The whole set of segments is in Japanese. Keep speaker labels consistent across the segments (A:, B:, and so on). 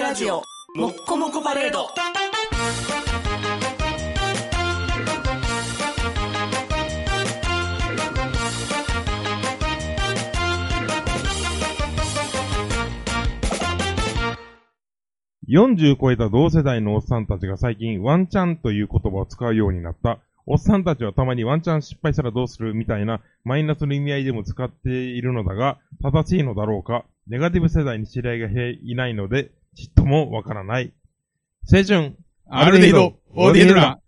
A: ラジオもっこもこパレード
B: 40超えた同世代のおっさんたちが最近ワンチャンという言葉を使うようになった。おっさんたちはたまにワンチャン失敗したらどうするみたいなマイナスの意味合いでも使っているのだが、正しいのだろうかネガティブ世代に知り合いがいないので、ちっともわからない。青春
C: アルデヒド、オーディエドラ。。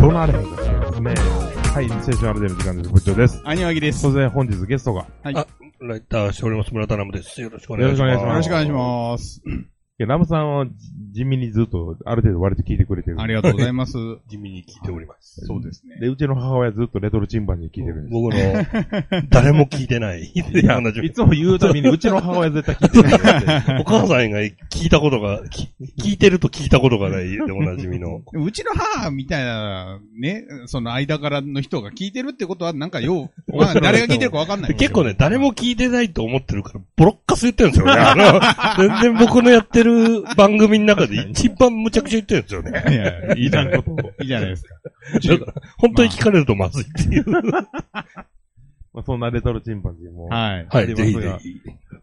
B: ドナレンが来てますね。はい、青春アルデルの時間です。部長です。
C: アニワギです。
B: そ
C: よ
B: して本日ゲストが、
D: ライターしております、村田ナムです。よろしくお
B: 願
D: 願
B: い
D: い
B: し
D: し
B: ます
D: ます。
C: ろしくお願いします。
B: いやラムさんはじ地味にずっとある程度割と聞いてくれてる。
C: ありがとうござい ます。
D: 地味に聞いております。
C: そうですね。
B: で、うちの母親ずっとレトルチンバンジー聞いてるんです。
D: 僕の、誰も聞いてない。
B: いや、いつも言うたびに、うちの母親絶対聞いてない。
D: お母さんが聞いたことが、き聞いてると聞いたことがない、でおなじみの。
C: でもうちの母みたいな、ね、その間からの人が聞いてるってことは、なんかよ う、まあ誰が聞いてるかわかんない。
D: で結構ね、誰も聞いてないと思ってるから、ボロッカス言ってるんですよね。あの、全然僕のやってる番組の中で一番むちゃくちゃ言ってるんですよ
C: い
D: ね。
C: やいや、いいじゃん、い
B: ことを
C: いじゃないですか。
D: だから本当に聞かれるとまずいっていう。
B: まあ、そんなレトルチンバンジーも。
C: はい。
D: はい、
B: で
D: ぜ
B: も
D: ひ
B: それ
D: ぜ
B: は
D: ひ。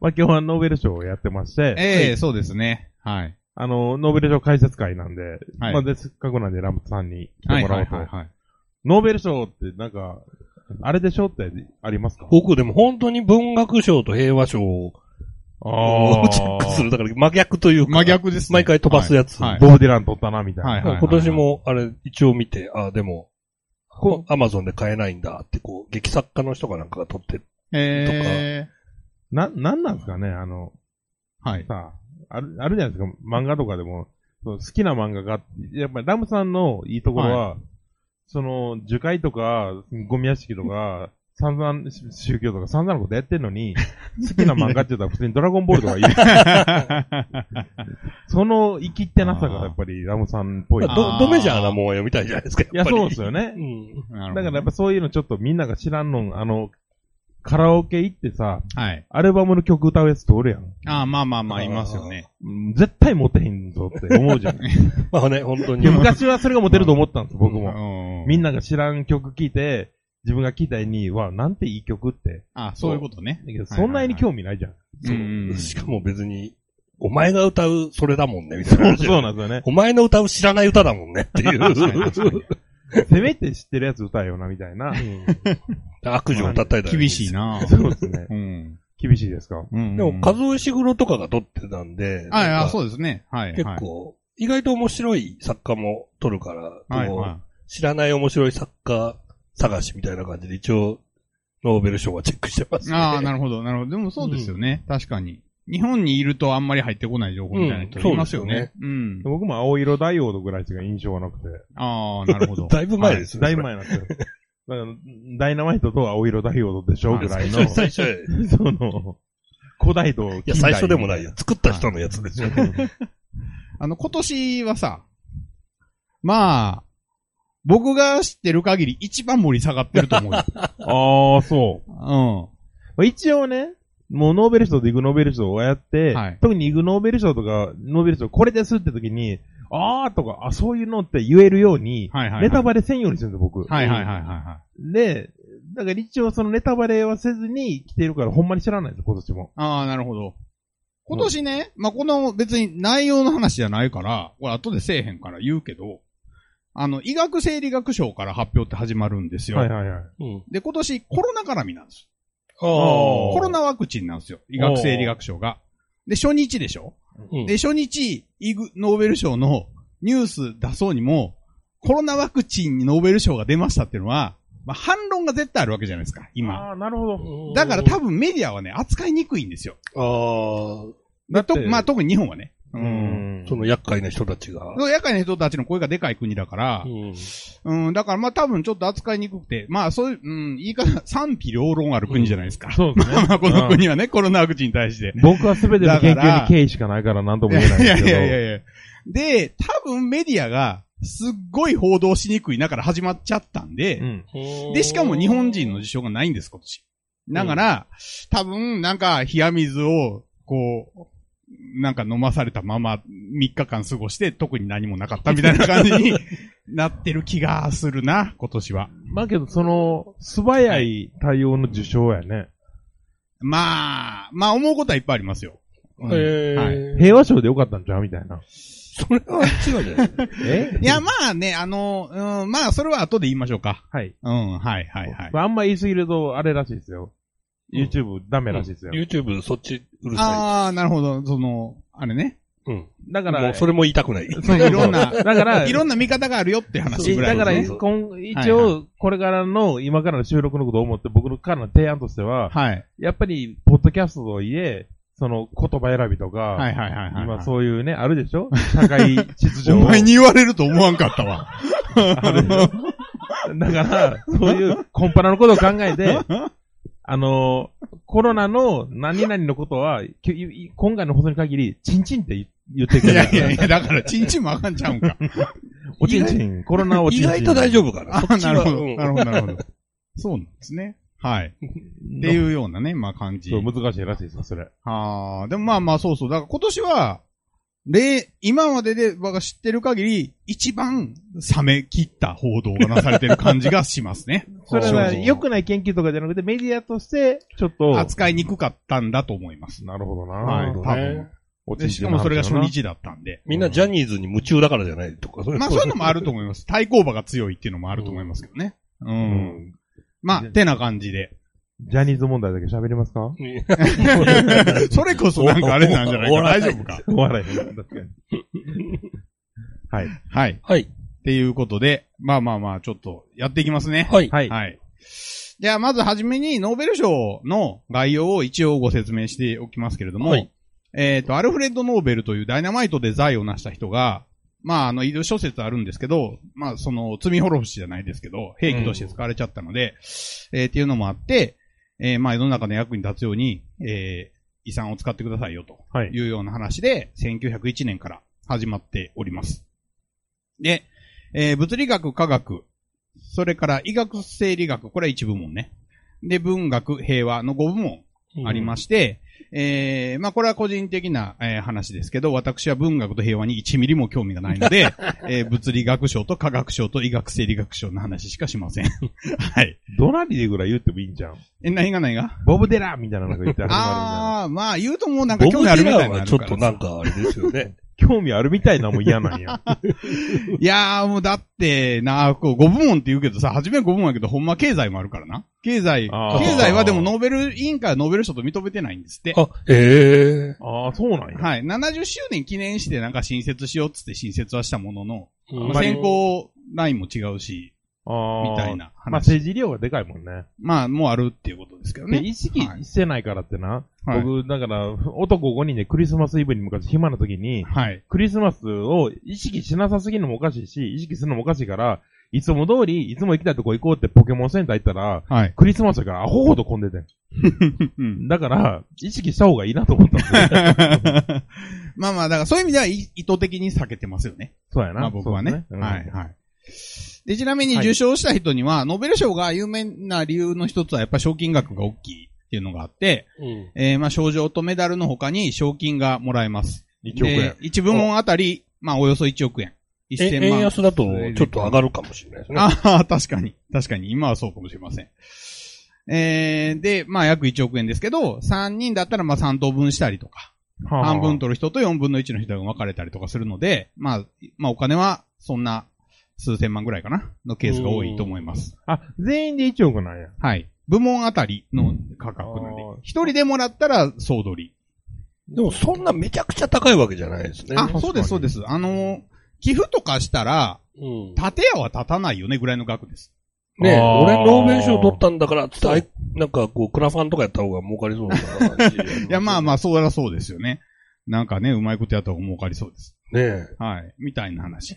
B: まあ、今日はノーベル賞をやってまして、
C: ええ、そうですね。はい。
B: あの、ノーベル賞解説会なんで、
C: はい
B: まあ、で、せっかくなんでラムさんに来て
C: はい、
B: もら
C: は
B: お
C: いう
B: と。
C: はいはい。
B: ノーベル賞ってなんか、あれでしょってありますか
D: 僕でも本当に文学賞と平和賞をチェックする。だから真逆というか。
C: 真逆ですね。
D: 毎回飛ばすやつ
C: はい。
B: ボブ・ディラン取ったな、みたいな。
C: はい
D: 今年も、あれ、一応見て、あ、でも、こうアマゾンで買えないんだって、こう、劇作家の人かなんかが撮って、
C: え
B: な、なんなんですかねあの、
C: え。 はい。
B: さあ、ある、あるじゃないですか、漫画とかでも、その好きな漫画があって、やっぱりラムさんのいいところは、その、樹海とか、ゴミ屋敷とか、散々、し宗教とか散々なことやってんのに、好きな漫画って言ったら普通にドラゴンボールとかいい。その生きってなさがやっぱりラムさんっぽい。い
C: あー
D: ドドメジャーなもんは読みたいじゃないですか、や
B: や、
D: っぱり。
B: そうですよね
D: う。ん。
B: だ
C: なるほど
B: からやっぱそういうのちょっとみんなが知らんの、あの、カラオケ行ってさ、
C: はい。
B: アルバムの曲歌うやつとおるやん
C: ああ、まあまあまあ、いますよね。
B: うん。絶対モテへんぞって思うじゃん。
D: まあね、本当
B: い
D: に
B: や、。昔はそれがモテると思ったんです、僕も。
C: も
B: みん
C: な。
B: なが知らん曲聴いて、自分が聴いた絵に、わ、なんていい曲って。
C: あそういうことね。
B: だけど、そんな絵に興味ないじゃん。
D: そう
C: うん
D: しかも別に、お前が歌う、それだもんね、みたいな話。
B: そうなんですよね。
D: お前の歌う知らない歌だもんね、ってい
C: 確かに確
D: う。
B: せめて知ってるやつ歌えよな、みたい な。
D: 悪女を歌ったりだ
C: 厳しい。な
B: そうですね。
C: うん。
B: 厳しいですか。
C: うん
D: でも、数石黒とかが撮ってたんで。
C: はい、あ
D: う。
C: そうですね。はい。
D: 結構、意外と面白い作家も撮るから、
C: はい。
D: こう
C: は
D: 知らない面白い作家探しみたいな感じで、一応、ノーベル賞はチェックしてます、
C: い。
D: ね。
C: ああ、なるほど、なるほど。でもそうですよね。確かに。日本にいるとあんまり入ってこない情報みたいな人いますよね。うん。
B: 僕も青色ダイオードぐらいしか印象がなくて。
C: ああ、なるほど。
D: だいぶ前ですね。
B: だいぶ前なんですよ。だから、ダイナマイトと青色ダイオードでしょぐらい
D: それ
B: の、そ
D: 最初やい
B: の、古代と近代。
D: や、最初でもない
B: よ。
D: よ。作った人のやつですよ。
C: あの、今年はさ、まあ、僕が知ってる限り一番盛り下がってると 思うよ。
B: ああ、そう。
C: う
B: まあ一応ね、もうノーベル賞とイグノーベル賞をやって、
C: はい
B: 特にイグノーベル賞とか、ノーベル賞これですって時に、あーとか、あ、そういうのって言えるように、
C: はいはいはい
B: ネタバレせんようにしてるんですよ、僕。
C: ん。はいはいはいはいはい。
B: で、だから一応そのネタバレはせずに来てるから、ほんまに知らないんですよ、今年も。
C: ああ、なるほど。今年ね、まあ、この別に内容の話じゃないから、これ後でせえへんから言うけど、あの、医学生理学賞から発表って始まるんですよ。
B: はいはいはい。
D: うん。
C: で、今年コロナ絡みなんです。
B: おー
C: コロナワクチンなんですよ。医学生理学賞が。で、初日でしょ
D: うん
C: で、初日、イグ、ノーベル賞のニュース出そうにも、コロナワクチンにノーベル賞が出ましたっていうのは、まあ、反論が絶対あるわけじゃないですか、今。
B: ああ、なるほど。
C: だから多分メディアはね、扱いにくいんですよ。
D: ああ、
C: だと
B: だって
C: まあ特に日本はね。う。
B: うんん
D: その厄介な人たちが。
C: そう、厄介な人たちの声がでかい国だから、
D: うん
C: うん、だからまあ多分ちょっと扱いにくくて、まあそういう、うん、言い方、 賛否両論ある国じゃないですか。
B: そうですね。
C: まあこの国はね、コロナワクチンに対して。
B: 僕は全ての研
C: だか
B: 究
C: ら
B: に敬意しかないから何と
C: い
B: も言えないんです
C: やいや
B: け
C: いやいや。で、多分メディアが、すっごい報道しにくい中から始まっちゃったんで、
B: ど。うん。
C: で、しかも日本人の事象がないんです、今年。だから、多分、なんか、冷や水を、こう、なんか飲まされたまま3日間過ごして、特に何もなかったみたいな感じ になってる気がするな、今年は。
B: まあけど、その、素早い対応の受賞やね。
C: まあ、まあ思うことはいっぱいありますよ。うん
D: えー
C: は
B: 平和賞でよかったんちゃうみたいな。
D: それは違うじゃない
B: え
C: いや、まあね、あの、うん、まあ、それは後で言いましょうか。
B: はい。
C: うん、はい、はい、はい。
B: あんま言い過ぎると、あれらしいですよ。
D: うん
B: YouTube ダメらしいですよ。
D: YouTube そっちうるさ
C: ああ、なるほど、その、あれね。
D: い。うん。
B: だか
D: も
B: ら、
D: うそれも言いたくない。
B: そうそう
C: いろん な
B: だから、
C: いろんな見方があるよって話ぐら
B: だ
C: い。
B: から、
D: ね
B: 今
C: はい
B: 一
C: は
B: 応、これからの、今からの収録のことを思って、僕のからの提案としては、
C: はい。
B: やっぱり、ポッドキャストとはいえ、その、言葉選びとか、
C: はい、はい、はい。はい
B: 今そういうね、あるでしょ社会秩序 を
C: お前に言われると思わんかったわ。
B: あるでしょだから、そういうコンパラのことを考えて、あのコロナの何々のことは、きい今回の放送に限り、チンチンって言言って
C: い
B: くれ
C: やいやいや、だから、ちんちんもあかんちゃうん か。
B: おちんちん、コロナおちん
D: 意
B: ちん。
D: 外と大丈夫かな。そ
C: あ
D: っち
C: な
D: は
C: るほど
D: う、ん
C: なるほど、なるほど。そうなんですね。はい。っていうようなね、まあ感じ
B: そ。う、難しいらしいですよ、それ。。
C: はあ、でもまあまあそうそう。だから今年は、で、今までで僕が知ってる限り、一番冷め切った報道がなされてる感じがします ね
B: それは、
C: 正直
B: 良くない研究とかじゃなくて、メディアとして、ちょっと、
C: 扱いにくかったんだと思います。
B: なるほどな。
C: はい、多
D: ほどね
C: 分。
B: おちん
C: で
B: ち
C: し
B: ん
C: か
B: の
C: も
B: 話
C: それが
B: だ
C: 初
B: な。
C: 日だったんで。
D: みんなジャニーズに夢中だからじゃないとか。
C: まあそういうのもあると思います。対抗馬が強いっていうのもあると思いますけどね。う。
B: うんん。
C: まあ、てな感じで。
B: ジャニーズ問題だけ喋ります か
C: それこそなんかあれなんじゃない
D: お
C: か。
D: お
C: 大丈夫か。
B: 終わらへん。確かに。 はい。
C: はい。っ
D: はい。
C: ていうことで、まあまあまあ、ちょっとやっていきますね。
D: はい。
B: はい。
C: はい。じゃあ、まずはじめに、ノーベル賞の概要を一応ご説明しておきますけれども、
D: はい
C: えっ、と、アルフレッド・ノーベルというダイナマイトで財を成した人が、まあ、あの、いろいろ諸説あるんですけど、まあ、その、罪滅ぼしじゃないですけど、兵器として使われちゃったので、えーっていうのもあって、えーまあ、世の中の役に立つように、えー遺産を使ってくださいよ、と
B: はい。
C: いうような話で、1901年から始まっております。で、えー物理学、科学、それから医学生理学、これは一部門ね。で、文学、平和の5部門ありまして、えーまあこれは個人的な、えー話ですけど、私は文学と平和に1ミリも興味がない ので、えー物理学賞と科学賞と医学生理学賞の話しかしません。はい。
B: ドラリでぐらい言ってもいいんじゃん。
C: え、何が何が
B: ボブデラーみたいなのが言って始ま
C: あー、まあ言うともうなんか
D: ボ
C: 興
D: ブ・
C: 味ある
D: ディ
C: み
D: ラ
C: た
D: ー
C: いにな
D: は
C: る
D: ちょ
C: か
D: っ
C: ら
D: となんかあれですよね。
B: るみたいな。興味あるみたいなのも嫌なん や。
C: いやーもうだってな、こう5部門って言うけどさ、初めは5部門やけど、ほんま経済もあるからな。経済、経
B: あー
C: 済はでもノーベル委員会はノーベル賞と認めてないんですって。
D: あ、え
B: ああ、そうなんや。
C: はい。70周年記念してなんか新設しようっつって新設はしたものの、
D: え
B: あん
C: ま
B: ま
C: あ、
B: り
C: 選考ラインも違うし、
B: ああ。
C: みたい。
B: ま
C: な
B: あ、
C: 話。
B: 政治利用がでかいもんね。
C: まあ、もうあるっていうことですけど
B: で、
C: ね。
B: 意識
C: はい
B: してないからってな。
C: はい
B: 僕、だから、男5人でクリスマスイブに向かって暇な時に、
C: はい。
B: クリスマスを意識しなさすぎるのもおかしいし、意識するのもおかしいから、いつも通り、いつも行きたいとこ行こうってポケモンセンター行ったら、
C: はい。
B: クリスマスだからアホほど混んでて
C: うん。
B: ん。だから、意識した方がいいなと思ったんで。
C: まあまあ、だからそういう意味ではい意図的に避けてますよね。
B: そうやな。
C: まあ僕はね。
B: そう
C: は
B: だ
C: い、
B: ね
C: はい。で、ちなみに受賞した人には、ノーベル賞が有名な理由の一つは、やっぱ賞金額が大きいっていうのがあって、
D: うん。
C: えー、まあ、賞状とメダルの他に賞金がもらえます。
B: うん。1億円
C: で。一部門あたり、まあ、およそ1億円。
D: え
C: 1000
D: 円
C: 万。
D: 安だとちょっと上がるかもしれないですね。
C: ああ、確かに。確かに。今はそうかもしれません。えー、で、まあ、約1億円ですけど、3人だったら、まあ、3等分したりとか、
B: はあ
C: 半分取る人と4分の1の人が分かれたりとかするので、まあ、まあ、お金は、そんな、数千万ぐらいかなのケースが多いと思います。
B: あ、全員で1億なんや。
C: はい。部門あたりの価格なんで
B: うんあー。
C: 一人でもらったら、総取り。
D: でもそんなめちゃくちゃ高いわけじゃないですね。
C: あ
B: 確か、に
C: そうです、そうです。あのー寄付とかしたら、
D: うん。
C: 建屋は建たないよねぐらいの額です。
D: ね
B: あ
D: え、
B: ー
D: 俺ノーベル賞取ったんだから、つってあい、なんかこう、クラファンとかやった方が儲かりそうな 感じ。
C: いや、まあまあ、そうだそうですよね。なんかね、うまいことやった方が儲かりそうです。
D: ねえ。
C: はい。みたいな話。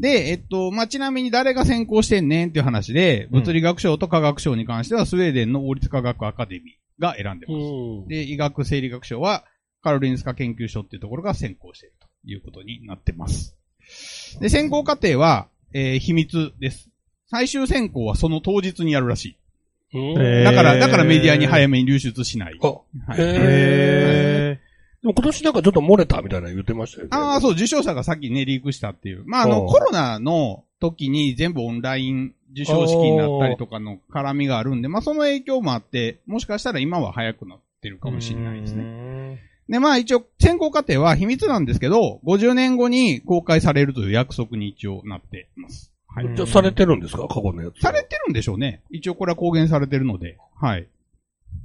C: で、えっと、まあ、ちなみに誰が先行してんねんっていう話で、
B: うん
C: 物理学賞と科学賞に関しては、スウェーデンの王立科学アカデミーが選んで
D: う
C: ます。
D: ん。
C: で、医学生理学賞は、カロリンスカ研究所っていうところが先行しているということになってます。で、選考過程は、えー、秘密です。最終選考はその当日にやるらし
D: うん
C: い。
B: えへー
C: だから、だからメディアに早めに流出しない。
D: あ、
C: はい
D: へえ。
B: へ
D: でも今年なんかちょっと漏れたみたいなの言ってましたよね。
C: ああ、そう、受賞者がさっきね、リークしたっていう。まあ、あの、
D: おう
C: コロナの時に全部オンライン受賞式になったりとかの絡みがあるんで、まあ、その影響もあって、もしかしたら今は早くなってる
B: ー
C: かもしれないですね。
B: ね。
C: で、まあ、一応、選考過程は秘密なんですけど、50年後に公開されるという約束に一応なってます。はい。
D: じゃあされてるんですか過去のやつ。
C: されてるんでしょうね。一応これは公言されてるので。はい。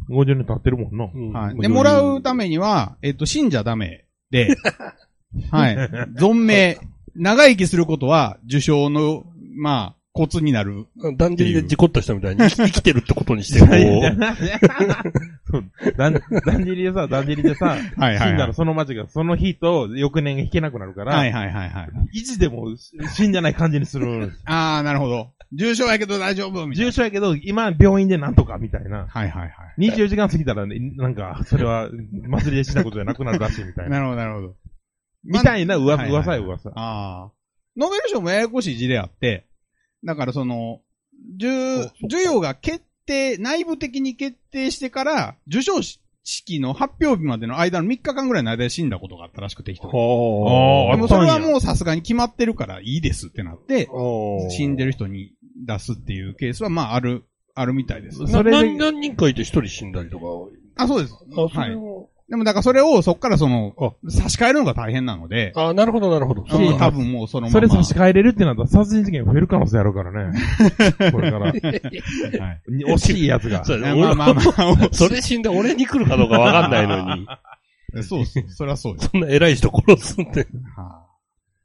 B: 50年経ってるもん な。
D: うん
C: はい。で、もらうためには、えっと、信者ダメ で、はい。存命。長生きすることは、受賞の、まあ、コツに なる。
D: だんじりで事故った人みたいに 生き生きてるってことにして、 こ
B: そうだん、だんじりでさ、だんじりでさ、
C: はいは
B: 死
C: い
B: んだ
C: はい
B: ら。その町が、その日と翌年が弾けなくなるから、
C: はいはいはいはい。
B: いつでも死んじゃない感じにす る。
C: ああ、なるほど。重症やけど大丈夫みたい
B: 重症やけど、今病院でなんとかみたいな
C: な。。はいはいは
B: 24時間過ぎたら、ね、なんか、それは、祭りで死んだことじゃなくなるらしいみた
C: い。
B: い
C: な
B: な。
C: るほどなるほど。
B: みたいな噂、
C: はいはい
B: 噂よ、噂。
C: ああ。ノーベル賞もややこしい事例あって、だからその、
D: そう
C: 授
D: そう、
C: 授与が決定、内部的に決定してから、受賞式の発表日までの間の3日間ぐらいの間で死んだことがあったらしくて、人が。
D: う。
B: あー
C: でも
B: った
C: そ
B: んや
C: れはもうさすがに決まってるからいいですってなって、
D: あ
C: 死んでる人に出すっていうケースは、まあ、ある、あるみたいです。
B: そ
D: そ
B: れ
D: れ
B: で
D: 何何人かいて一人死んだりとか。
C: あ、そうです。
D: あ、そ
C: は
D: れ
C: い。
D: を
C: でもだからそれをそっからその、差し替えるのが大変なので、
D: あ、なるほど、なるほど。
C: うん多分もうそのまま。
B: それ差し替えれるってなったら殺人事件増える可能性あるからね。 これから。
C: はい
B: に惜しいやつが。
D: そうだ
C: まあまあまあ、
D: それ死んで俺 に来るかどうかわかんないのに、
C: そうそう、それはそうです。
D: そんな偉い人殺すんで。
C: はあ、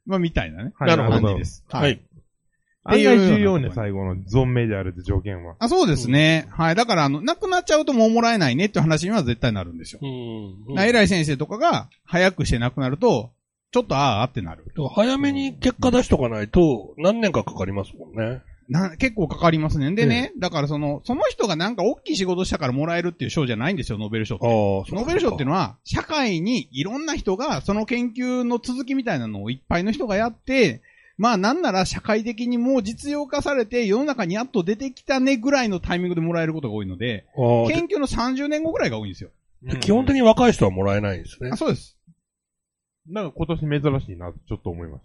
C: まあ、みたいなね。
B: はい
D: なるほど
C: 感じです。
D: は。い。
B: 案
C: って
B: 外
C: いう
B: 重
C: よう
B: 要
C: な
B: ね、
C: とこ
B: 最後の存命であるって条件は。
C: あ、そうですね。はい。だから、あの、亡くなっちゃうともうもらえないねっていう話には絶対なるんですよ。
D: うん。
C: な偉い先生とかが、早くして亡くなると、ちょっとああ、あってなる。
D: 早めに結果出しとかないと、何年かかかりますもんね。
C: な、結構かかりますね。でね、だからその、その人がなんか大きい仕事したからもらえるっていう賞じゃないんですよ、ノーベル賞っ
D: ああ
C: て。、ノーベル賞っていうのは、社会にいろんな人が、その研究の続きみたいなのをいっぱいの人がやって、まあなんなら社会的にもう実用化されて、世の中にやっと出てきたねぐらいのタイミングでもらえることが多いので、
D: は
C: 研究の30年後ぐらいが多いんですよ。
B: 基
D: 基本的に若い人はもらえないんですね
C: あ、。そうです。
B: なんか今年珍しいなってちょっと思いまし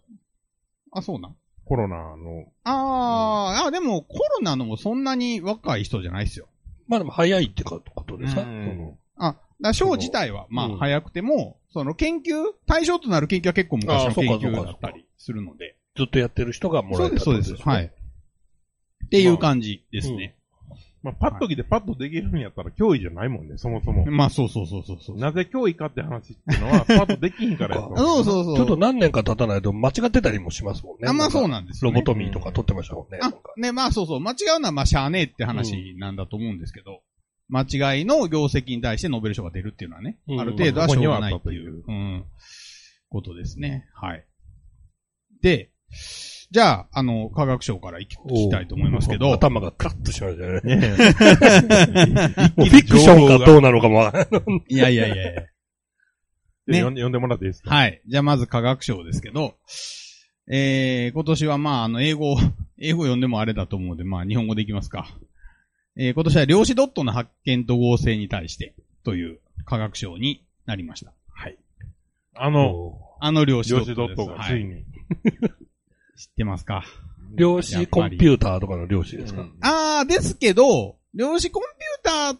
B: た。
C: あ、そうなん。
B: コロナの。
C: あー、あ、でもコロナのもそんなに若い人じゃないですよ。
D: まあでも早いってことですか。
B: う
D: うんん
C: あ、だから賞自体は、ま
D: うん
C: あ早くても、その研究、対象となる研究は結構昔
D: あ
C: の
D: ーそう
C: 研
D: かそうか
C: 究だったりするので。
D: ずっとやってる人がもら
C: そ
D: え
C: う
D: た
C: です、そうです。はい。
D: い。
C: っていう感じですね。
B: まあ、パッと来てパッとできるんやったら脅威じゃないもんね、そもそも。
C: まあ、そうそうそうそうそう。
B: なぜ脅威かって話っていうの は、パッとできひんからやと思う
C: そうそうそう。
D: ちょっと何年か経たないと間違ってたりもしますもんね。
C: あんまあそう
D: なんか
C: なんです
D: ロ
C: よ、
D: ボ
C: ね。
D: トミーとか撮ってましたもんね。なんか
C: あ、ね、まあそうそう。間違うのはまあしゃあねえって話なんだと思うんですけど、間違いの業績に対してノーベル賞が出るっていうのはね、
D: うん
C: ある程度はしょうがないっていう、うん、ことですね。はい。で、じゃあ、あの、科学賞からいき聞きたいと思いますけど、
D: 頭がクラッとしましたよね。
B: ね
D: もうフィクションかどうなのかもわからない。
C: いやいやいやいや。
B: え。
C: ね
B: 呼んで呼んでもらっていいですか
C: はい。じゃあまず科学賞ですけど、えー、今年はまあ、あの、英語、 英語読んでもあれだと思うので、まあ、日本語でいきますか。えー、今年は量子ドットの発見と合成に対して、という科学賞になりました。はい。
B: あの、
C: あの量子ド
B: 量
C: ット
B: 子
C: です。
B: ドットがつい
C: はい。
B: に。
C: 知ってますか
D: 量子コンピューターとかの量子ですか、
C: あー、ですけど、量子コンピューター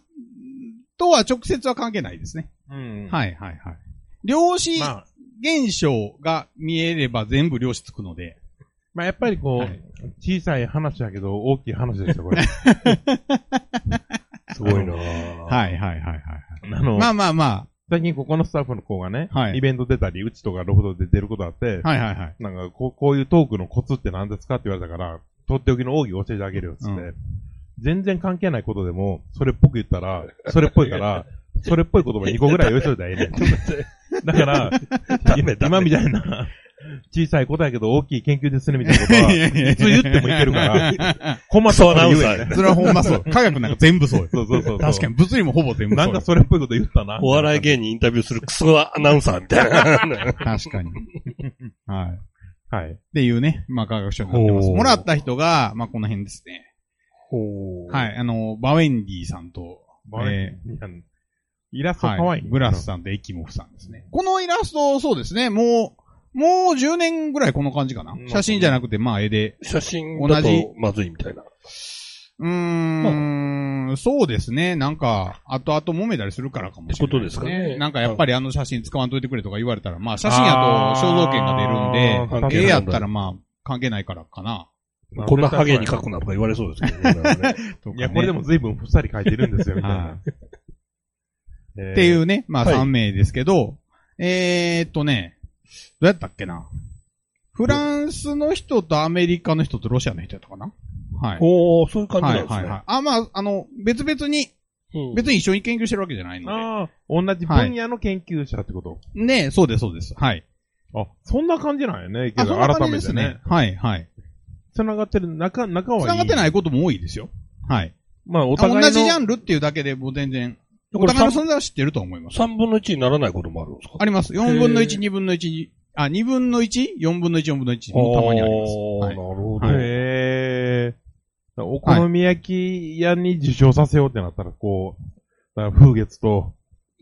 C: とは直接は関係ないですね。
B: うんい。
C: はいはいはい。量子
B: まあ、
C: 現象が見えれば全部量子つくので、
B: まあやっぱりこ、
C: はいう
B: 小さい話やけど大きい話ですよ、これ。
D: すごいなはい。
C: はいはいはいはい。
B: あの
C: ま、あまあま
B: 最近ここのスタッフの子がね
C: は、い
B: イベント出たり、うちとかロフトで出ることあって
C: あ。、はいはいはい。
B: なんかこうこういうトークのコツって何ですかって言われたから、とっておきの奥義を教えてあげるよ、つって、
C: うん
B: 全然関係ないことでも、それっぽく言ったら、それっぽい から、それっぽい言葉2個ぐらい用意しといたらええねん。だから、
D: ダメダメ
B: 今みたいな、小さいことやけど大きい研究ですね、みたいなこと は、
C: 普
B: 通言ってもいけるから。困ったこと言えねん
C: それはほんまそう。科学なんか全部そうよ。
B: そうそうそうそう。
C: 確かに、物理もほぼ全部
B: なん
C: そうよ
B: か。それっぽいこと言ったな。
D: お笑い芸人インタビューするクソアナウンサーみたい な。
C: 確かに。はい。っ
B: はい。
C: ていうね、まあ科学者になってます。
D: ほう
C: もらった人が、まあこの辺ですね。
D: ほう。
C: はい。あの、バウェンディさんと、えー
B: いやイラスト可
C: は
B: 愛
C: い
B: い。
C: グラスさんとエキモフさんですね。このイラスト、そうですね、もう、もう10年ぐらいこの感じかな
B: う。ん
C: 写真じゃなくて、まあ絵で。
D: 写真
C: 同
D: だ
C: じ
D: とまずいみたいな。
C: うーん、そうですね。なんか、後々揉めたりするからかもしれない、
D: ってことですかね
C: なんかやっぱりあの写真使わんといてくれとか言われたら、まあ写真やと肖像権が出るんで、
D: 関係ない
C: 絵やったらまあ関係ないからかな。
B: まあ
D: こんなハゲに書くなとか言われそうですけどねなん かね。
C: とかね
B: いや、これでも随分ふっさり書いてるん ですよ、みたい
C: は。
B: ないえー
C: っていうね、まあ
D: はい
C: 3名ですけど、えーっとね、どうやったっけな。フランスの人とアメリカの人とロシアの人やったかなはい。
D: おー、そういう感じ
C: は
D: なん
C: い
D: です
C: はいは
D: ね
C: い。あ、まあ、あの、別々に、
D: うん。
C: 別に一緒に研究してるわけじゃないの
B: ああ、同じ分野の研究者ってこと。
C: で。ねそうですそうです。はい。
B: あ、そんな感じなんやね、け
C: あ、そ
B: ど、
C: んな感
B: 改
C: じ
B: め
C: です
B: て
C: ね
B: ね。。
C: はいはい。
B: 繋がってる、中、中はいい。。
C: 繋がってないいことも多いですよ。はい。
B: まあ、お
C: あ
B: 互い
C: 同
B: の。
C: じジャンルっていうだけでもう全然、お互いの存在は知ってると思います。
D: 三分の一にならないこともあるんですか
C: あります。4分の1、2分の1、あ、2分の 1?4 分の1、4分の1もたまにあります。
D: おー
C: はい
D: なるほど。
B: へえ。お好み焼き屋に受賞させようってなったら、こう、だから風月と、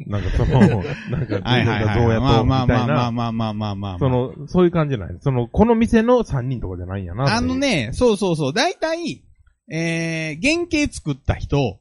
B: なんかそ の、なんか、
C: はいはいはい。
B: どうや
C: まあ
B: と、み
C: ま
B: たい
C: あまあまあ
B: な。
C: まあまあまあまあまあ。
B: その、そういう感じじゃない。その、この店の3人とかじゃないんやな。
C: あの。ね、そうそうそう。大体、えー、原型作った人、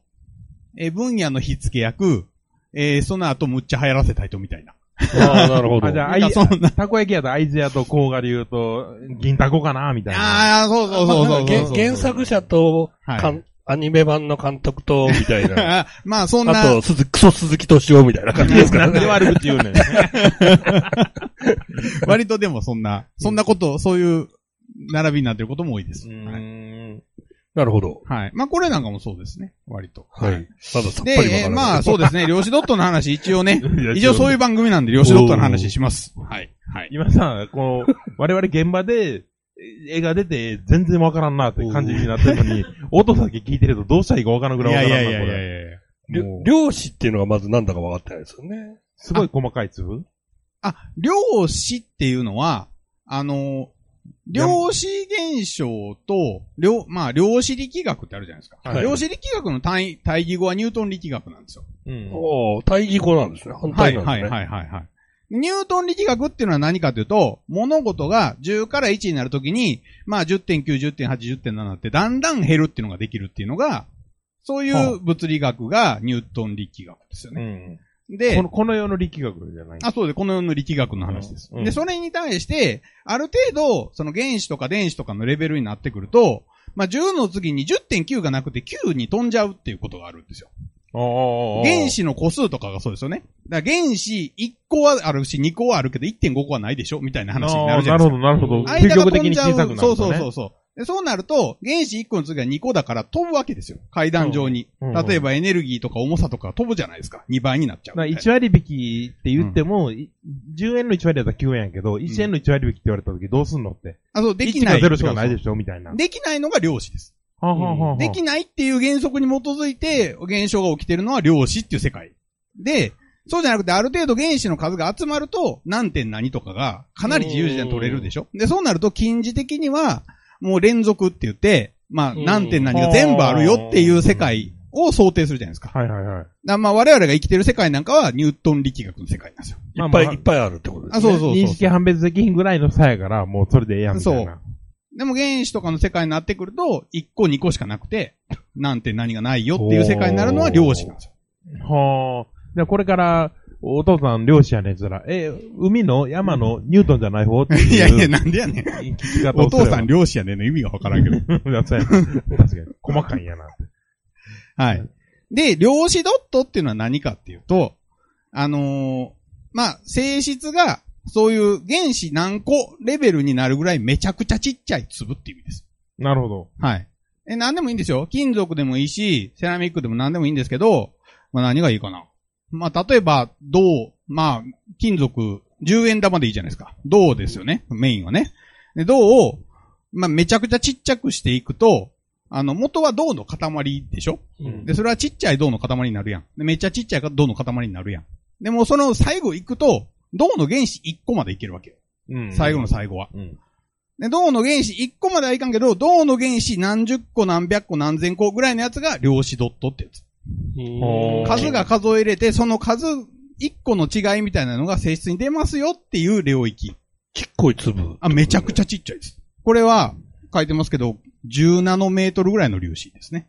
C: えー、分野の火付け役、えー、その後むっちゃ流行らせた人みたいな。
D: ああ、な るほど。
B: あ、じゃあ、
C: な
B: あ
C: ん
B: い
C: かそんな。
B: たこ焼き屋と会津屋と甲賀流と、銀タコかな、みたいな。あ
C: ああ、そうそうそうそうそう
D: まあ原原作者と、
C: はい
D: かんアニメ版の監督と、みたい な。
C: あまあ、そんな。
D: あと、鈴クソ鈴木敏夫みたいな感じですから
B: なん
D: ね
B: で。悪口言うねん。
C: 割とでもそんな、そんなこと、そういう並びになってることも多いです。はい。
B: ん。
D: なるほど。
C: はいまあこれなんかもそうですね。割と。
D: はい。まださっぱ
C: で、
D: りわから
C: えー
D: ない。
C: まあそうです ね。量子ドットの話、一応ね。
B: いや
C: 一応そういう番組なんで量子ドットの話します。はい。はい。
B: 今さ、この、我々現場で、え絵が出て、全然わからんなって感じになってるのに、 音だけ聞いてるとどうしたらいいかわからんぐら
C: い
B: いわ
C: や
B: か
C: い
B: らん
C: やい
B: な、
C: や
B: こ
C: いや
B: れ。
C: いや。
D: りょ
C: もう
D: 漁師っていうのがまずなんだか分かってないですよね。
B: すごい細かい粒
C: あ、量子っていうのは、あの、量子現象と、量、まあ、量子力学ってあるじゃないですか。
D: はい
C: 量子力学の単位、対義語はニュートン力学なんですよ。
B: うん。
D: おー、対義語なんですね。反
C: は
D: 対
C: い
D: なん
C: はい
D: ですね。
C: はいはいはい。ニュートン力学っていうのは何かというと、物事が10から1になるときに、まあ10.9、10.8、10.7ってだんだん減るっていうのができるっていうのが、そういう物理学がニュートン力学ですよ
B: う
C: ね。
B: ん。
C: で
B: この、、この世の力学じゃない。
C: あ、そうで、この世の力学の話です。
B: うん
C: で、それに対して、ある程度、その原子とか電子とかのレベルになってくると、まあ10の次に10.9がなくて9に飛んじゃうっていうことがあるんですよ。
B: おーおーおー
C: 原。子の個数とかがそうですよね。だから原子1個はあるし、2個はあるけど1.5個はないでしょみたいな話になるじゃ
B: あ
C: な
B: ー
C: い
B: なるほ
C: ですか。
B: ど、なるほど。
C: 間
B: 究極
C: が飛
B: 的
C: ん
B: に
C: じゃ
B: 小
C: う。
B: さくなるとね。
C: そうそうそうそう。でそうなると、原子1個の次は2個だから飛ぶわけですよ。階段上に。
B: うんうん
C: 例えばエネルギーとか重さとか飛ぶじゃないですか。2倍になっちゃう。
B: な1割引きって言っても、い10円の1割だったら9円やけど、1円の1割引きって言われた時どうすんのって。
C: あ、そう、でき
B: 1
C: な
B: か
C: い。
B: 0しかない
C: そう
B: でしょみたいな
C: そう。できないのが量子です。
B: はあはあはあはあ
C: できないっていう原則に基づいて、現象が起きてるのは量子っていう世界。で、そうじゃなくて、ある程度原子の数が集まると、何点何とかが、かなり自由自在に取れるでしょで、そうなると、近似的には、もう連続って言って、まあ、
D: うん
C: 何点何が全部あるよっていう世界を想定するじゃないですか。だか
B: はいはいはい。
C: らまあ、我々が生きてる世界なんかは、ニュートン力学の世界なんですよ。
B: まあ
D: いっぱい
B: まあ
D: いっぱいあるってことです
C: あ、
D: ね。
C: そうそうそう
B: 認識判別できひんぐらいの差やから、もうそれでええやんみたいな。
C: でも原子とかの世界になってくると、1個2個しかなくて、何点何がないよっていう世界になるのは量子なんですよ。
B: はあ。じゃあこれから、お父さん漁師やねんって言ったら、え、海の山のニュートンじゃない方っていう。
C: いやいや、なんでやねん。
B: 聞き方
C: お
B: をすれば
C: 父 さん漁師やねんの意味がわからんけど。
B: やそうやな確かに。細かいんやなって。
C: はい。で、量子ドットっていうのは何かっていうと、あのーまあ、性質が、そういう原子何個レベルになるぐらいめちゃくちゃちっちゃい粒っていう意味です。
B: なるほど。
C: はい。え、何でもいいんですよ。金属でもいいし、セラミックでも何でもいいんですけど、まあ何がいいかな。まあ例えば、銅、まあ、金属、10円玉でいいじゃないですか。銅ですよね。メインはね。で銅を、まあめちゃくちゃちっちゃくしていくと、あの、元は銅の塊でしょ
B: うん
C: で、それはちっちゃい銅の塊になるやん。でめっちゃちっちゃい銅の塊になるやん。でもその最後行くと、銅の原子1個までいけるわけよ。
B: うん
C: 最後の最後は。
B: うん。
C: で、銅の原子1個まではいかんけど、銅の原子何十個何百個何千個ぐらいのやつが量子ドットってやつ。
B: ほー
C: 数が数えれて、その数1個の違いみたいなのが性質に出ますよっていう領域。
D: ちっこい粒。
C: あ、めちゃくちゃちっちゃいです。これは、書いてますけど、10ナノメートルぐらいの粒子ですね。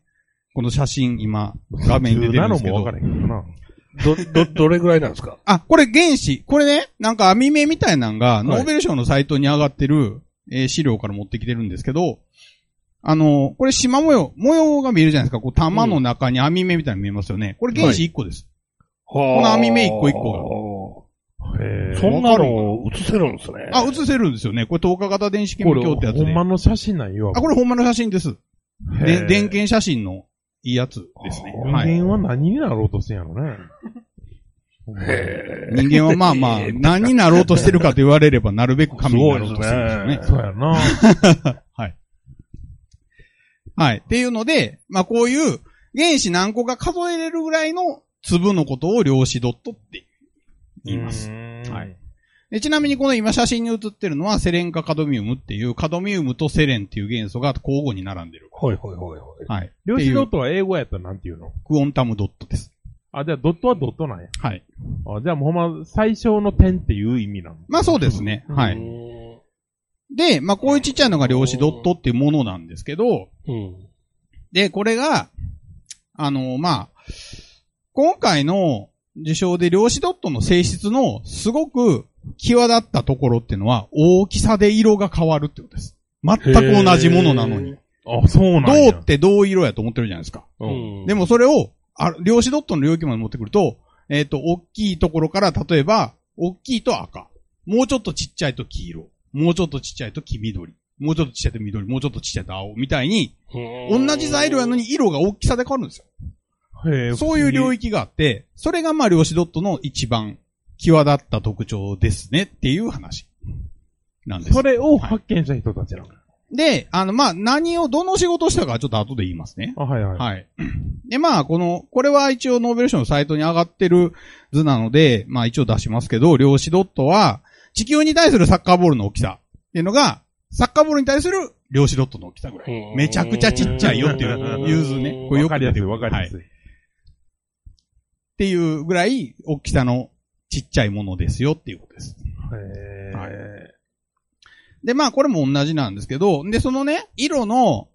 C: この写真、今、画面で出るんですけ
B: 17も
C: ど
B: 分か。れへんけどな。
D: ど、ど、どれぐらいなんです か
C: あ、これ原子。これね、なんか網目みたいなのが、ノーベル賞のサイトに上がってる、えー資料から持ってきてるんですけど、あのーこれ縞模様、模様が見えるじゃないですか。こう、玉の中に網目みたいなの見えますよね。これ原子1個です。
D: こ
C: の網目一個一
D: 個
B: へ
D: そ
B: ー
D: んなの映せるんですね。
C: あ、映せるんですよね。これ透過型電子顕
B: こ
C: 微
B: れ、
C: 鏡ってやつで。
B: ほんまの写真なんよ。
C: あ、これ本物の写真です。
B: へ
C: で
B: ー
C: 電源写真のいいやつですね。
B: 人
C: はい。
B: 間は何になろうとしてんやろね。 ほんまに
D: へ
C: 人間はまあ まあ、何になろうとしてるかと言われれば、なるべく神になろうとしてるんですよね。
B: そうやな。
C: はい。っていうので、まあこういう原子何個か数えれるぐらいの粒のことを量子ドットって 言います。は。
B: はい
C: でちなみにこの今写真に写ってるのはセレン化カドミウムっていうカドミウムとセレンっていう元素が交互に並んでる。
D: ほいほいほいほい。
C: はい。
B: 量子ド
C: ってい
B: ットは英語やったらなんていうの
C: うクオンタムドットです。
B: あ、じゃあドットはドットなんや。
C: はい。
B: あ、じゃあもうほんま最小の点っていう意味なの。
C: まあそうですね。は
D: う
C: い。で、まあこういうちっちゃいのが量子ドットっていうものなんですけど、
D: ん。
C: で、これが、あの、まあ、今回の受賞で量子ドットの性質のすごく際立ったところっていうのは大きさで色が変わるってことです。全く同じものなのに。
B: あ、そうなんや。
C: 銅って銅色やと思ってるじゃないですか。
B: う。
D: うんん。
C: でもそれを、あ量子ドットの領域まで持ってくると、えっ、と、大きいところから、例えば、大きいと赤。もうちょっとちっちゃいと黄色。もうちょっとちっちゃいと黄緑。もうちょっとちっちゃいと緑。もうちょっとちっちゃいと青。みたいに、
D: うん、
C: 同じ材料やのに色が大きさで変わるんですよ。
B: へー
C: そういう領
B: 域。
C: 域があって、それがまあ量子ドットの一番際立った特徴ですねっていう話なんです。
B: それを発見した人たちなの。
C: で、あの、まあ何を、どの仕事をしたかはちょっと後で言いますね。
B: あ、はいはい。
C: はい。で、まあこの、これは一応ノーベル賞のサイトに上がってる図なので、まあ一応出しますけど、量子ドットは地球に対するサッカーボールの大きさっていうのが、サッカーボールに対する量子ドットの大きさぐらい。めちゃくちゃちっちゃいよっていう、いう図ね。こ
B: わ
C: れよ
B: かり
C: く出
B: やす
C: て
B: い
C: くる
B: わかりやすい。
C: っていうぐらい大きさのちっちゃいものですよっていうことです。
B: へー
C: はいで、まあこれも同じなんですけど、で、そのね、色の、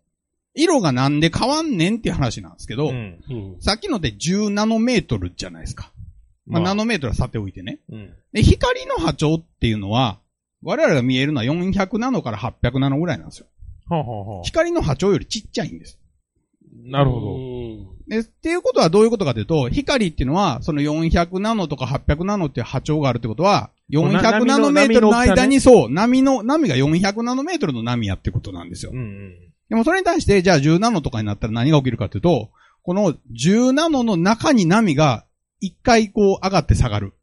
C: 色がなんで変わんねんっていう話なんですけど、
B: うん
D: うん。
C: さっきので10ナノメートルじゃないですか。まあ、ナノメートルはさておいてね。
B: うん
C: で、光の波長っていうのは、我々が見えるのは400ナノから800ナノぐらいなんですよ。
B: はあはあはあ
C: 光の波長よりちっちゃいんです。
B: なるほど。
C: で、っていうことはどういうことかというと、光っていうのは、その400ナノとか800ナノっていう波長があるってことは、400ナノメートルの間に、そう、波の、波が400ナノメートルの波やってことなんですよ
B: う。んうん。
C: でもそれに対して、じゃあ10ナノとかになったら何が起きるかというと、この10ナノの中に波が一回こう上がって下がる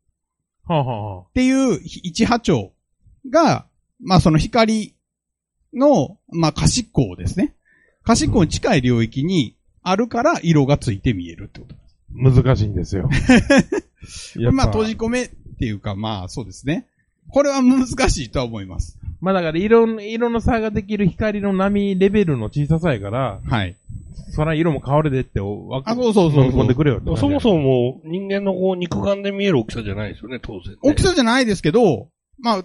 B: はあはあはあ
C: っていう一波長が、まあその光の、まあ可視光ですね。可視光に近い領域にあるから色がついて見えるってこと。
B: 難しいんです よ。やっぱ
C: まあ閉じ込めっていうかまあそうですね。これは難しいとは思います。
B: まあだから色の、色の差ができる光の波レベルの小ささやから、
C: はい。
B: そら色も変わるでってお、わ
C: あ、そうそうそう
B: 飲み込んでくれよって感じ
D: そもそも人間のこう肉眼で見える大きさじゃないですよね、当然、ね。
C: 大きさじゃないですけど、まあ、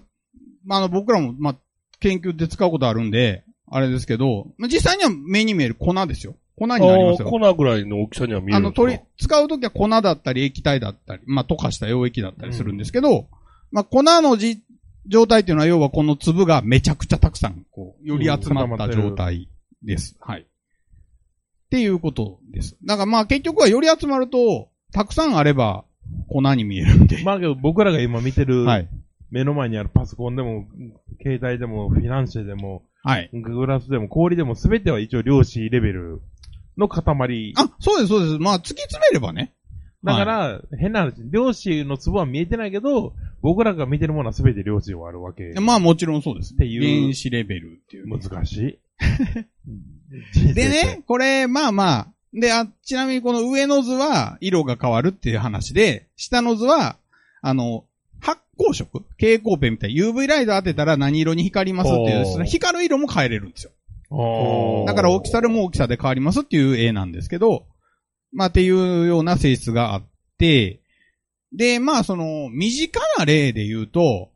C: まああの僕らも、まあ、研究で使うことあるんで、あれですけど、まあ、実際には目に見える粉ですよ。粉になります
D: あ
C: よ
D: あ。粉ぐらいの大きさには見える
C: あ
D: んで
C: の、
D: すか
C: 取り、使うときは粉だったり液体だったり、まあ、溶かした溶液だったりするんですけど、まあ、粉のじ、状態っていうのは、要はこの粒がめちゃくちゃたくさん、こう、より集ま
B: うん固ま
C: っ
B: ったてる
C: 状態です。はい。っていうことです。だからまあ、結局はより集まると、たくさんあれば粉に見えるんで。
B: まあけど僕らが今見てる、
C: はい。
B: 目の前にあるパソコンでも、携帯でも、フィナンシェでも、
C: はい。
B: グラスでも氷でも全ては一応量子レベルの塊。
C: あ、そうです、そうです。まあ、突き詰めればね。
B: だから、変な話、量子の粒は見えてないけど、僕らが見てるものは全て量子ではあるわけ。
C: まあ、もちろんそうです。
B: っていう
C: 原子レベルっていう。
B: 難しい。
C: でね、これ、まあまあ。で、あ、ちなみにこの上の図は色が変わるっていう話で、下の図は、あの、発光色蛍光ペンみたいな UV ライト当てたら何色に光りますっていう、
D: ほう
C: その光る色も変えれるんですよ。
B: おー。
C: だから大きさでも大きさで変わりますっていう絵なんですけど、まあっていうような性質があって、で、まあその、身近な例で言うと、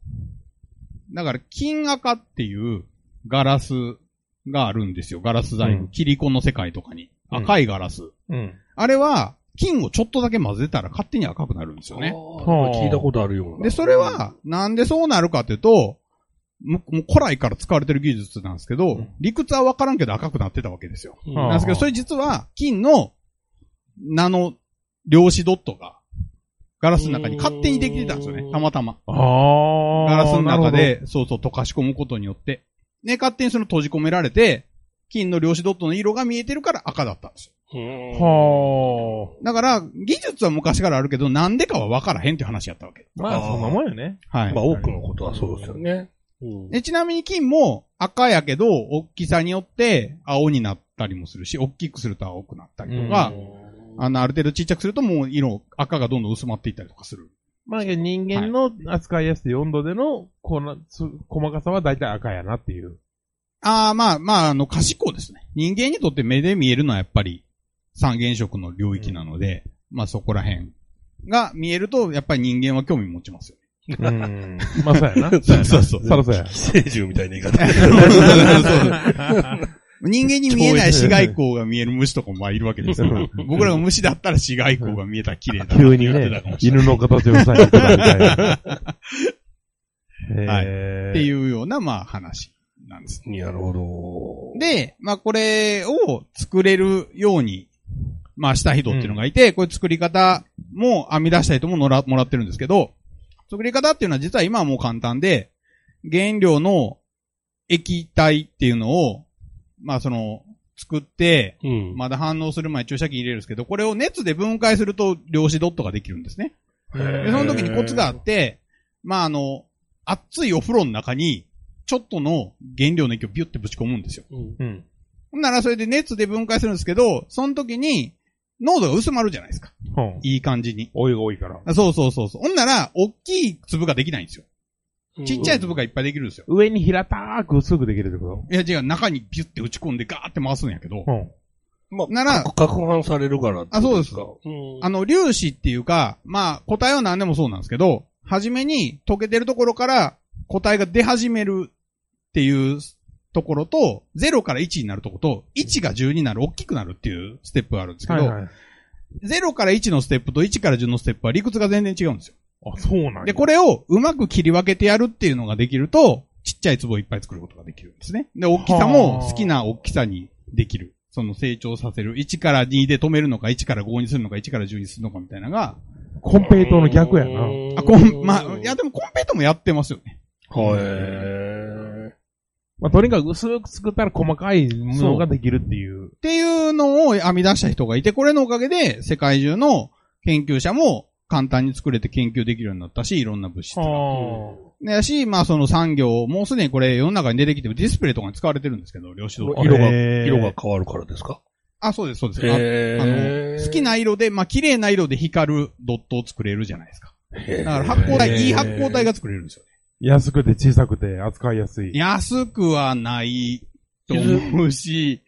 C: だから金赤っていうガラスがあるんですよ。ガラス細
B: う
C: 工。
B: ん
C: キリコの世界とかに。
B: うん
C: 赤いガラス。
B: うん。
C: あれは、金をちょっとだけ混ぜたら勝手に赤くなるんですよね。
B: はあ
D: 聞いたことあるような。
C: で、それは、なんでそうなるかっていうと、むもう古来から使われてる技術なんですけ
B: う
C: ど、
B: ん
C: 理屈はわからんけど赤くなってたわけですよ。
D: うん、
B: はあ
C: なんですけど、それ実は、金の、ナノ、量子ドットが、ガラスの中に勝手にできてたんですよ
D: う
C: ね。
D: ん
C: たまたま。
B: あー。
C: ガラスの中
B: なる
C: で、そうそう、溶かし込むことによって。ね、勝手にその閉じ込められて、金の量子ドットの色が見えてるから赤だったんですよ。
D: うん
B: ほど。は
C: だから、技術は昔からあるけど、なんでかは分からへんっていう話やったわけ。
B: ー。まあ、そんなもんよね。
C: はい。
D: まあ、多くのことはそうですよね。うん
C: でちなみに金も赤やけど、大きさによって青になったりもするし、大きくすると青くなったりとか、
D: うん
C: あの、ある程度ちっちゃくするともう色、赤がどんどん薄まっていったりとかする。
B: まあ、人間の扱いやすい温度での、この、す細かさは大体赤やなっていう。
C: ああ、まあまあ、あの、可視光ですね。人間にとって目で見えるのはやっぱり三原色の領域なので、まあそこら辺が見えると、やっぱり人間は興味持ちますよ ね。
B: うん。 まあ、そうやな。
D: そうそうそう。
B: そらそうや。
D: 寄生獣みたいな言い方。
C: 人間に見えない紫外光が見える虫とかもまあいるわけですから、僕らが虫だったら紫外光が見えたら綺麗だなって
B: 急に
C: やって
B: ね
C: たかも、しれない
B: 犬の形をさえてたみたい な。
C: はい
B: えー
C: っていうような、まあ話なんです。
D: なるほど。
C: で、まあこれを作れるように、まあした人っていうのがいて、これ作り方も編み出した人ももらもらってるんですけど、作り方っていうのは実は今はもう簡単で、原料の液体っていうのを、まあその、作って、
D: うん。
C: まだ反応する前に注射器に入れるんですけど、これを熱で分解すると量子ドットができるんですね。
D: へ
C: で、
D: ー
C: その時にコツがあって、まああの、熱いお風呂の中に、ちょっとの原料の液をビュってぶち込むんですよ。
D: うん
B: うん。
C: ほんならそれで熱で分解するんですけど、その時に濃度が薄まるじゃないですか。
B: ほん
C: いい感じに。
B: お湯が多いから。
C: あそうそうそうそう。ほんなら、大きい粒ができないんですよ。ちっちゃい粒が
D: い
C: いっぱいできるんですよ。
B: 上に平たーく薄くできるってこ
C: いや違う、中にビュって打ち込んでガーって回すんやけ
B: と。
C: ど
B: うん。
D: ま
C: なら
D: か攪拌されるからってことか
C: あ。
D: うん
C: あの、粒子っていうか、まあ、個体は何でもそうなんですけど、初めに溶けてるところから個体が出始めるっていうところと、0から1になるところと、1が10になる、大きくなるっていうステップがあるんですけど、
B: はいはい。
C: 0から1のステップと1から10のステップは理屈が全然違うんですよ。
B: あ、そうなんや
C: で、これをうまく切り分けてやるっていうのができると、ちっちゃい壺をいっぱい作ることができるんですね。で、大きさも好きな大きさにできる。その成長させる。1から2で止めるのか、1から5にするのか、1から10にするのかみたいなのが、
B: コンペイトーの逆やな。
C: あ、こん、まあ、いやでもコンペイトもやってますよね。
D: はい。
B: まあ、とにかく薄く作ったら細かいものができるっていう。
C: っていうのを編み出した人がいて、これのおかげで世界中の研究者も簡単に作れて研究できるようになったし、いろんな物質が。
B: は
C: ねやし、まあその産業、もうすでにこれ世の中に出てきてディスプレイとかに使われてるんですけど、量子動
D: 色
C: 画。
D: が、
B: へー
D: 色が変わるからですか
C: あ、そうです、そうです。ああ
D: へ
C: の好きな色で、まあ綺麗な色で光るドットを作れるじゃないですか。
D: だ
C: だから発光体、いい発光体
D: が。
C: が作れるんですよね。
B: 安くて小さくて扱いやすい。
C: 安くはないと思うし、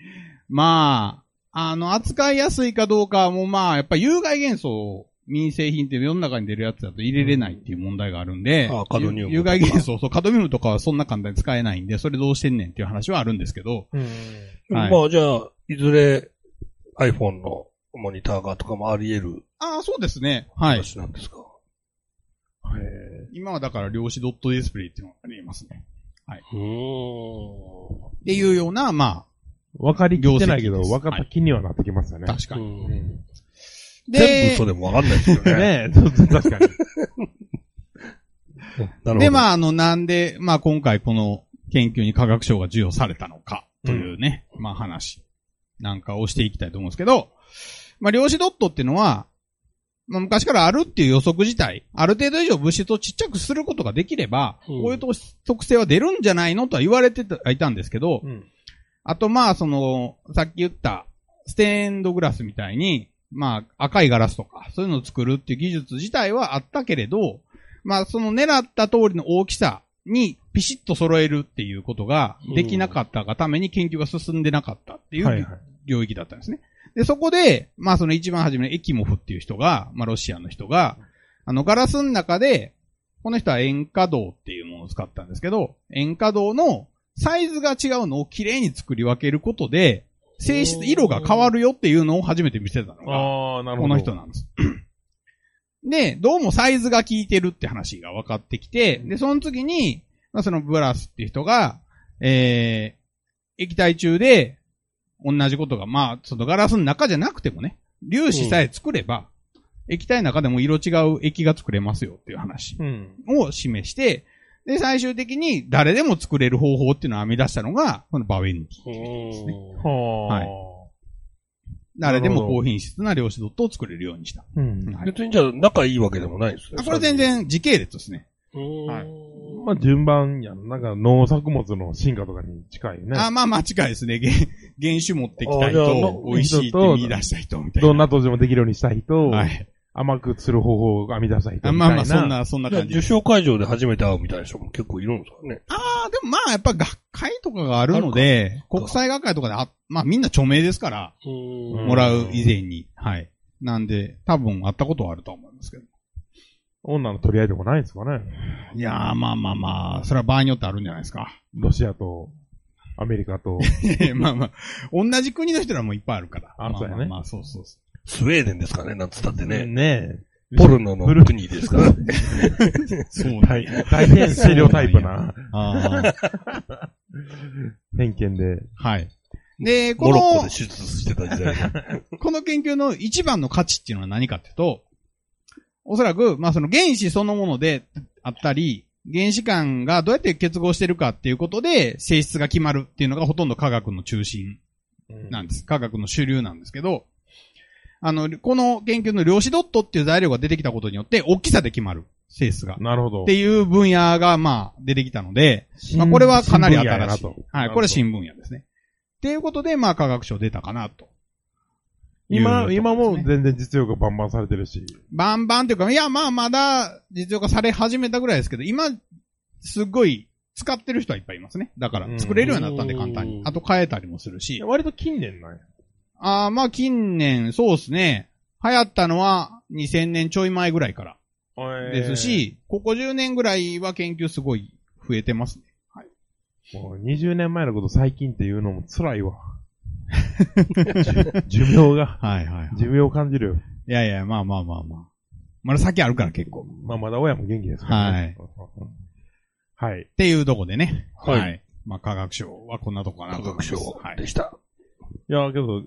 C: まあ、あの、扱いやすいかどうかもまあ、やっぱ有害元素を民生品って世の中に出るやつだと入れれないっていう問題があるんで、
D: うんあカドミウムとか
C: 有害元素、そう、カドミウムとかはそんな簡単に使えないんで、それどうしてんねんっていう話はあるんですけど、
B: うん。
C: はい
D: まあ、じゃあ、いずれ iPhone のモニターがとかもあり得る
C: ああ、そうですね。はい。
D: 話なんですか。
C: 今はだから量子ドットディスプレイっていうのがありますね。
D: うー
C: っていうような、ま
B: 分かりきってないけど、
C: 業績です
B: 分かった気にはなってきますよね。
C: あ、確かに。
D: んうん。全部
C: で
D: 嘘、でもわかんないですよね。
B: ねえ、そうそう確かに。
D: なるほど。
C: で、まあ、あの、なんで、まあ、今回この研究に科学賞が授与されたのか、というね、まあ話、なんかをしていきたいと思うんですけど、まあ量子ドットっていうのは、まあ昔からあるっていう予測自体、ある程度以上物質をちっちゃくすることができれば、
D: うん
C: こういう特性は出るんじゃないのとは言われてたいたんですけど、
B: うん。
C: あと、まあ、その、さっき言った、ステンドグラスみたいに、まあ、赤いガラスとか、そういうのを作るっていう技術自体はあったけれど、まあ、その狙った通りの大きさにピシッと揃えるっていうことができなかったがために研究が進んでなかったっ てい。
B: はいはいう
C: 領域だったんですね。で、そこで、まあ、その一番初めのエキモフっていう人が、まあ、ロシアの人が、あの、ガラスの中で、この人は塩化銅っていうものを使ったんですけど、塩化銅のサイズが違うのを綺麗に作り分けることで、性質、色が変わるよっていうのを初めて見せたのが、
B: ああ、なるほど。
C: この人なんです。 で、どうもサイズが効いてるって話が分かってきて、で、その次に、まあ、そのブラスっていう人が、えー、液体中で、同じことが、まあ、そのガラスの中じゃなくてもね、粒子さえ作れば、液体の中でも色違う液が作れますよっていう話
B: うん。
C: を示して、で、最終的に誰でも作れる方法っていうのを編み出したのが、このバウェンディ。
B: はあ。
C: はい誰でも高品質な量子ドットを作れるようにした。
B: うん。
C: はい
D: 別にじゃあ仲いいわけでもないですね
C: あこれ全。然時系列ですね。はい
D: は
B: まあ、順番やん。なんか、農作物の進化とかに近いね。
C: あまあまあ近いですね。原原種持ってきたい
D: あじゃあまあ
C: と、美味しいって言い出した人みたいな。
B: どんな土地でもできるようにしたいと、
C: はい。
B: 甘くする方法を編み出したいと。
C: あ
B: み
C: まあ
B: たい
C: ま
B: な
C: あ、そん。な、そんな感じ
D: 受。賞会場で初めて会うみたいな人も結構いるんですかね。
C: ああ、でもまあ、やっぱ学会とかがあるので、
D: か
C: 国際学会とかであ、まあみんな著名ですから、
B: うん
C: もらう以前に。はい。なんで、多分あったことはあると思いますけど。
B: 女の取り合いとかないんですかね。
C: いやー、まあまあまあ、それは場合によってあるんじゃないですか。
B: ロシアと、アメリカと、
C: まあまあ、同じ国の人らもいっぱいあるから。
B: あ
C: ま
B: そうやね
C: まあまあ、そうそうそ
D: スウェーデンですかね、なんつったって ね。
B: ねえ
D: ポルノの国ですからね。
C: う。そう だ
B: 大大変ステレオタイプな
C: あ
B: 偏見で。
C: あ。はい。で、こ
D: モロッコで
C: の、
D: 手術してた時代の。
C: この研究の一番の価値っていうのは何かっていうと、おそらく、まあその原子そのものであったり、原子間がどうやって結合してるかっていうことで性質が決まるっていうのがほとんど科学の中心なんです。科学の主流なんですけど、あの、この研究の量子ドットっていう材料が出てきたことによって大きさで決まる性質が。
B: なるほど。
C: っていう分野が、まあ、出てきたので、
B: 新
C: まあ、これはかなり
B: 新聞や
C: 新
B: な
C: しい
B: と。
C: はい、これは新分野ですね。っていうことで、まあ、科学賞出たかなと。
B: 今、
C: いうと
B: 今
C: ころ
B: も
C: ですね
B: 全然実用がバンバンされてるし。
C: バンバンっていうか、いや、まあ、まだ実用化され始めたぐらいですけど、今、すっごい使ってる人はいっぱいいますね。だから
B: う、ん
C: 作れるようになったんで簡単に
D: う。ん
C: あと変えたりもするし。
B: 割と近年なんや。
C: ああ、まあ、近年、そうですね。流行ったのは2000年ちょい前ぐらいからですし、ここ10年ぐらいは研究すごい増えてますね。
B: もう20年前のこと最近っていうのも辛 いわ。じゅ寿命が、
C: はいはい、はい。
B: 寿命を感じるよ。
C: いやいや、まあまあまあまあ。まだ先あるから結構。っ
B: まあまだ親も元気ですからね。はい。はい。
C: ていうとこでね。
D: はい
C: まあ科学省はこんなとこかな
D: 科
C: と思い
D: 学
C: ます。
D: 賞
C: はい
D: で。した。
B: いや、けど、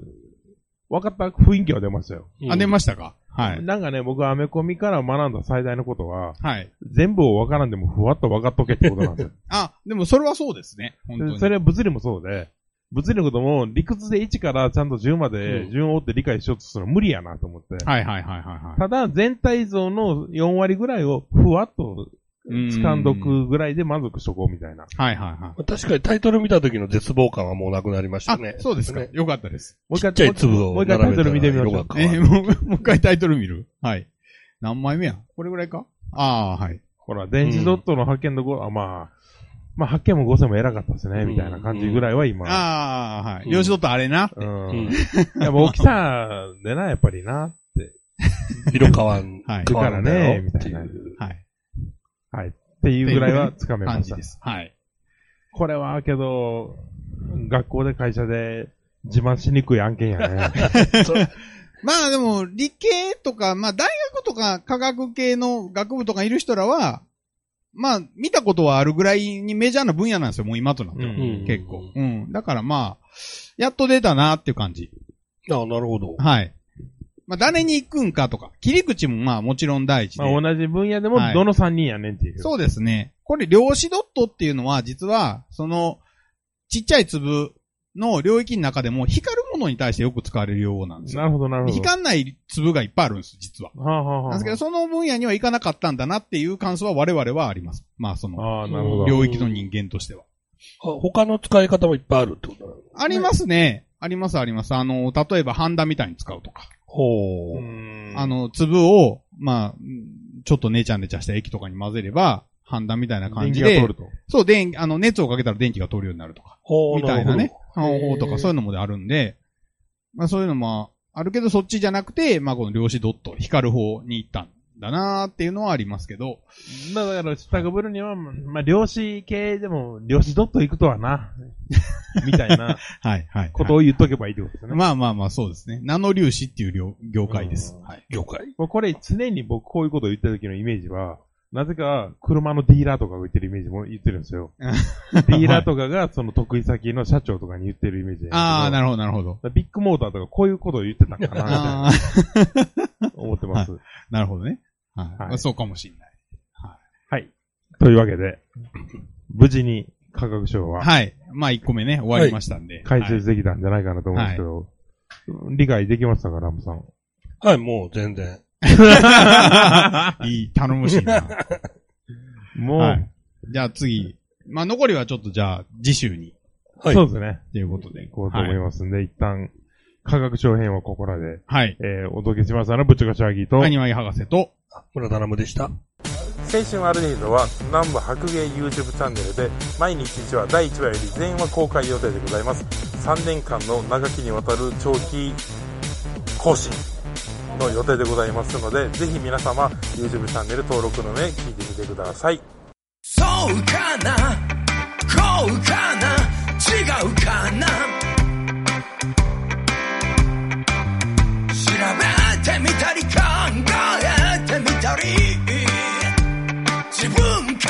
B: 分かった雰囲気は出ましたよ。
C: あ、出
D: し
C: ましたかはい。
B: なんかね、僕アメコミから学んだ最大のことは、
C: はい。
B: 全部を分からんでもふわっと分かっとけってことなん ですよ。
C: あ、でもそれはそうですね。本当に。
B: それは物理もそうで、物理のことも理屈で1からちゃんと10ま
D: う
B: で
D: ん
B: 順を追って理解しようとするのは無理やなと思って。
C: はいはいはいはいはい。
B: ただ、全体像の4割ぐらいをふわっと掴んどくぐらいで満足しとこうみたいな。
C: はいはいはい。
D: た。確かにタイトル見た時の絶望感はもうなくなりました
C: あ
D: ね、。
C: そうですか
D: ね。。
C: よかったです。
B: もう一
D: ち
B: 回、
D: っちゃい粒を
B: もう一回タイトル見てみましょう。
C: えーもう、もう一回タイトル見るはい。何枚目やこれぐらいかああ、はい。
B: ほら、電子ドットの発見のご、あ、まあ、まあ発見も5000も偉かったですね、
D: うん
B: みたいな感じぐらいは今。
C: ああ、は
D: う
C: い。
D: ん
C: 量子ドットあれな。
B: うん。
D: うん
B: やっぱ起きたんでな、やっぱりな。
D: 色変わん。
C: はい
D: 変わるんだよってい
B: だからねみ
D: う。
C: はい。
B: はい。っていうぐらいはつかめま
C: 感
B: し
C: じ
B: た
C: で。す。はい。
B: これは、けど、学校で会社で自慢しにくい案件やね。
C: まあでも、理系とか、まあ大学とか科学系の学部とかいる人らは、まあ見たことはあるぐらいにメジャーな分野なんですよ、もう今となっては。
B: うん
C: 結構。うん。だからまあ、やっと出たなっていう感じ。
D: あなるほど。
C: はい。まあ、誰に行くんかとか、切り口もまあもちろん大事で。
B: まあ、同じ分野でも
C: はい
B: どの3人やねんっていう。
C: そうですね。これ、量子ドットっていうのは、実は、その、ちっちゃい粒の領域の中でも、光るものに対してよく使われるようなんですよ。
B: なるほど、なるほど。
C: 光んない粒がいっぱいあるんです、実は。
B: はあ、はあはあ、
C: なんですけど、その分野にはいかなかったんだなっていう感想は我々はあります。まあ、その、
B: ああ、なるほど。
C: 領域の人間としては。
D: 他の使い方もいっぱいあるってことなの
C: ありますね。あります、あります。あの、例えば、ハンダみたいに使うとか。
D: ほ
B: う
D: う。
B: ん
C: あ、の、粒を、まあ、ちょっとねちゃねちゃした液とかに混ぜれば、ハンダみたいな感
B: 電
C: じ
B: 気が
C: で
B: 通、ると。
C: そう、電、あの、熱をかけたら電気が通るようになるとか、
D: ほう、
C: みたいなね、
D: るほど
C: 方法と
D: へー
C: かそういうのもであるんで、まあそういうのもあるけど、そっちじゃなくて、まあこの量子ドット、光る方に行ったんだなーっていうのはありますけど、
B: まあだから、下くぶるには、まあ、量子系でも、量子ドット行くとは な、みたいな
C: はい、はい。
B: ことを言っとけばいいってことですね。
C: まあまあまあ、そうですね。ナノ粒子っていう業業界です
B: う。ん
C: はい。
D: 了解。
B: もうこれ常に僕こういうことを言った時のイメージは、なぜか車のディーラーとかが言ってるイメージも言ってるんですよ。ディーラーとかがその得意先の社長とかに言ってるイメージ。
C: あー、な
B: る
C: るほど、なるほど。
B: ほど。ビッグモーターとかこういうことを言ってたんかな、みたいな
C: あ
B: 思ってます。
C: ー、なるほどね。はい。
B: はい
C: まあそうかもしれない。
B: はい。というわけで、無事に科学省は
C: はい。まあ1個目ね、終わりましたんで。
B: 解
C: はい
B: 説できたんじゃないかなと思うんですけど、理解できましたか、ラムさん。
D: はい、もう全然。
C: いい、頼もしいな。
B: もう、
C: はいじゃあ次。まあ残りはちょっとじゃあ、次週に。
D: はい。
B: そうですね。
C: ということで。
B: 行こうと思いますんで、一旦、科学省編はここらで、
C: はい。
B: えー、お届けしましたの、ぶちかしあぎと、
C: アニマイ博士と、
D: 村田ナムでした。
E: 青春アルディードは南部白芸 YouTube チャンネルで毎日1話第1話より全話公開予定でございます3年間の長きにわたる長期更新の予定でございますのでぜひ皆様 YouTube チャンネル登録の上聞いてみてください
A: そうかなこうかな違うかな調べてみたり考えてみたり自分か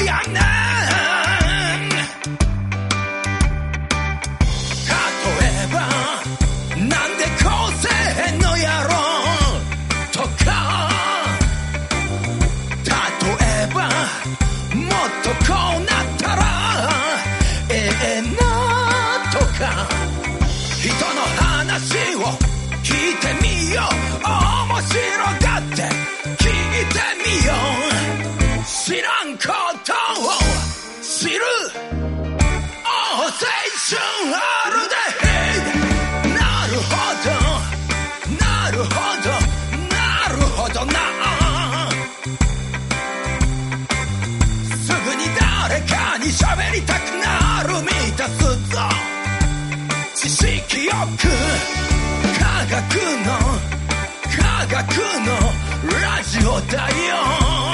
A: いあんねん例えばなんでこうせえへんのやろとか例えばもっとこうなったらええなとか人の話を聞いてみよう面白がって聞いてみよう知らんことを知る青春あるでなるほどなるほどなるほどなすぐに誰かに喋りたくなる満たすぞ知識よく科学の科学のラジオだよ